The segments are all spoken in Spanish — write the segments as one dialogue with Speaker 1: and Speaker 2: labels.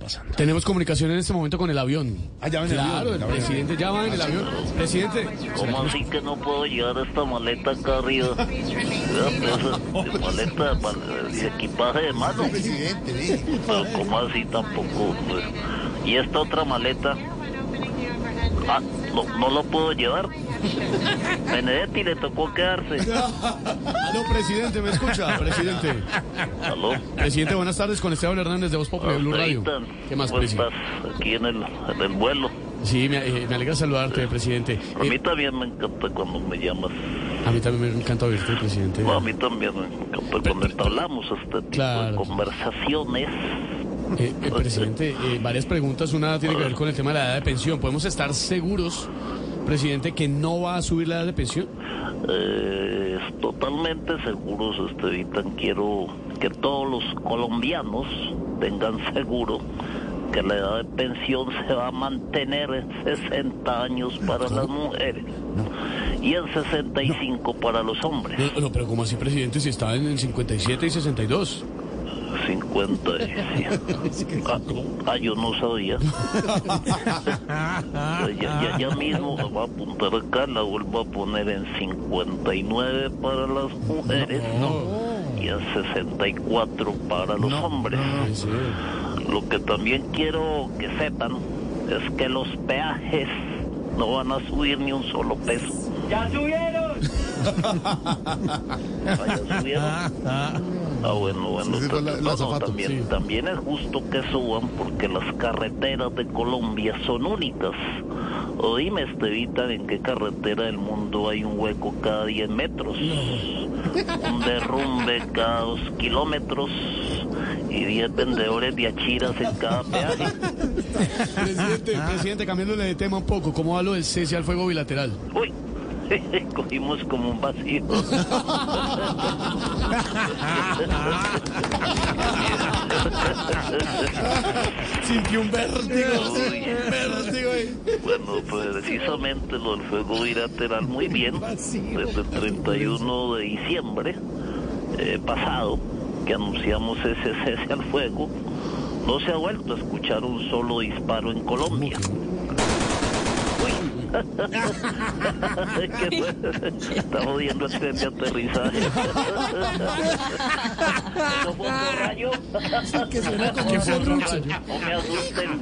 Speaker 1: pasando?
Speaker 2: Tenemos comunicación en este momento con el avión.
Speaker 1: Ah, ya va en el
Speaker 2: claro,
Speaker 1: avión,
Speaker 2: el
Speaker 1: ya va en el
Speaker 2: presidente ya va en el avión. Presidente,
Speaker 3: ¿Cómo así que no puedo llevar esta maleta acá arriba? Vea, pues, de maleta de- de equipaje de mano.
Speaker 1: Presidente, ¿eh?
Speaker 3: Pero ¿cómo así tampoco? pues? ¿Y esta otra maleta? Ah, no, no la puedo llevar. Benedetti le tocó quedarse.
Speaker 2: aló, presidente, ¿me escucha? Presidente.
Speaker 3: Aló.
Speaker 2: Presidente, buenas tardes con Esteban Hernández de Voz Popular Blue Radio.
Speaker 3: Alfredita,
Speaker 2: ¿Qué más,
Speaker 3: ¿cómo
Speaker 2: presidente?
Speaker 3: pues, estás? Aquí en el, en el vuelo.
Speaker 2: Sí, me, eh, me alegra saludarte, presidente.
Speaker 3: A mí
Speaker 2: Eh,
Speaker 3: también me encanta cuando me llamas.
Speaker 2: a mí también me encanta oírte, presidente.
Speaker 3: No, a mí también me encanta cuando entablamos este tipo de
Speaker 2: Claro.
Speaker 3: conversaciones.
Speaker 2: Eh, eh, presidente, eh, varias preguntas. Una tiene que ver con el tema de la edad de pensión. ¿Podemos estar seguros, presidente, que no va a subir la edad de pensión?
Speaker 3: Eh, totalmente seguros, este, Vitan. Quiero que todos los colombianos tengan seguro que la edad de pensión se va a mantener en 60 años para las mujeres y en 65 para los hombres.
Speaker 2: No, no, pero ¿cómo así, presidente, si está en, en 57 y 62?
Speaker 3: 50 y 100. Ah, ah, yo no sabía. ya, ya- ya mismo va a apuntar acá, la vuelvo a poner en 59 para las mujeres. y en 64 para los hombres.
Speaker 2: Ay, sí.
Speaker 3: Lo que también quiero que sepan es que los peajes no van a subir ni un solo peso. Ah, ¡Ya subieron! ¿Ya subieron? Ah, bueno, bueno.
Speaker 1: Sí, sí,
Speaker 3: pero-
Speaker 1: la- la
Speaker 3: no, no,
Speaker 1: azafata,
Speaker 3: también,
Speaker 2: sí.
Speaker 3: también es justo que suban porque las carreteras de Colombia son únicas. O dime, Estevita, ¿en qué carretera del mundo hay un hueco cada 10 metros? un derrumbe cada dos kilómetros y 10 vendedores de achiras en cada peaje.
Speaker 2: Presidente, presidente, cambiándole de tema un poco, ¿cómo va lo del cese al fuego bilateral?
Speaker 3: Uy, cogimos como un vacío.
Speaker 2: Sintió un vértigo,
Speaker 3: Uy.
Speaker 2: un vértigo. eh.
Speaker 3: Bueno, pues, precisamente lo del fuego bilateral, muy bien, desde el 31 de diciembre eh, pasado, que anunciamos ese cese al fuego, no se ha vuelto a escuchar un solo disparo en Colombia. Uy. ¿Qué fue? Estamos viendo el tren de aterrizaje. ¿No fue otro rayo?
Speaker 1: Que suena como
Speaker 2: ¿Qué fue otro
Speaker 3: No me asusten.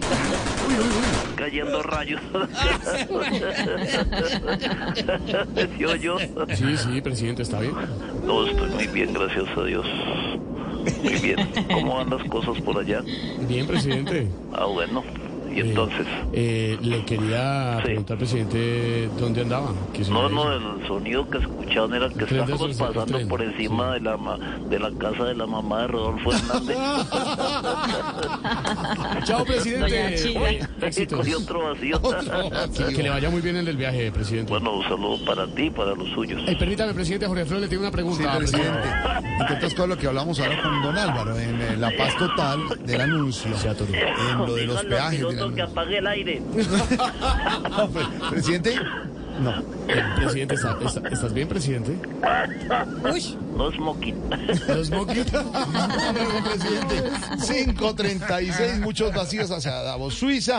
Speaker 3: Cayendo rayos. ¿Sí oyó?
Speaker 2: Sí, sí, presidente, está bien.
Speaker 3: No, estoy muy bien, gracias a Dios. Muy bien. ¿Cómo van las cosas por allá?
Speaker 2: Bien, presidente.
Speaker 3: Ah, bueno. Y entonces.
Speaker 2: Eh, le quería
Speaker 3: Sí.
Speaker 2: preguntar, presidente, ¿dónde andaba? Que se
Speaker 3: No,
Speaker 2: me
Speaker 3: no,
Speaker 2: dice.
Speaker 3: el sonido que escuchaban era que
Speaker 2: El tren de
Speaker 3: estábamos
Speaker 2: esos, el
Speaker 3: pasando
Speaker 2: tren,
Speaker 3: por encima de la ma- de la casa de la mamá de Rodolfo Hernández.
Speaker 2: Chao, presidente.
Speaker 4: Doña Chida.
Speaker 2: Eh, Éxitos.
Speaker 3: Y otro vacío.
Speaker 2: Que, que le vaya muy bien en el viaje, presidente.
Speaker 3: Bueno, un saludo para ti y para los suyos.
Speaker 2: Eh, permítame, presidente, Jorge Alfredo le tiene una
Speaker 1: Sí,
Speaker 2: pregunta.
Speaker 1: presidente. Entre otras cosas, lo que hablamos ahora con don Álvaro, en eh, la paz total del anuncio,
Speaker 2: Se atoró.
Speaker 1: en lo de los
Speaker 3: Díganle al
Speaker 1: peajes. del
Speaker 3: piloto que
Speaker 1: anuncio.
Speaker 3: apague el aire.
Speaker 1: Pre- pues, Presidente, no.
Speaker 2: Eh, Presidente, ¿está- está- ¿estás bien, presidente?
Speaker 3: No es moquita.
Speaker 2: Los moquitos.
Speaker 1: Presidente, 5.36, muchos vacíos hacia Davos, Suiza.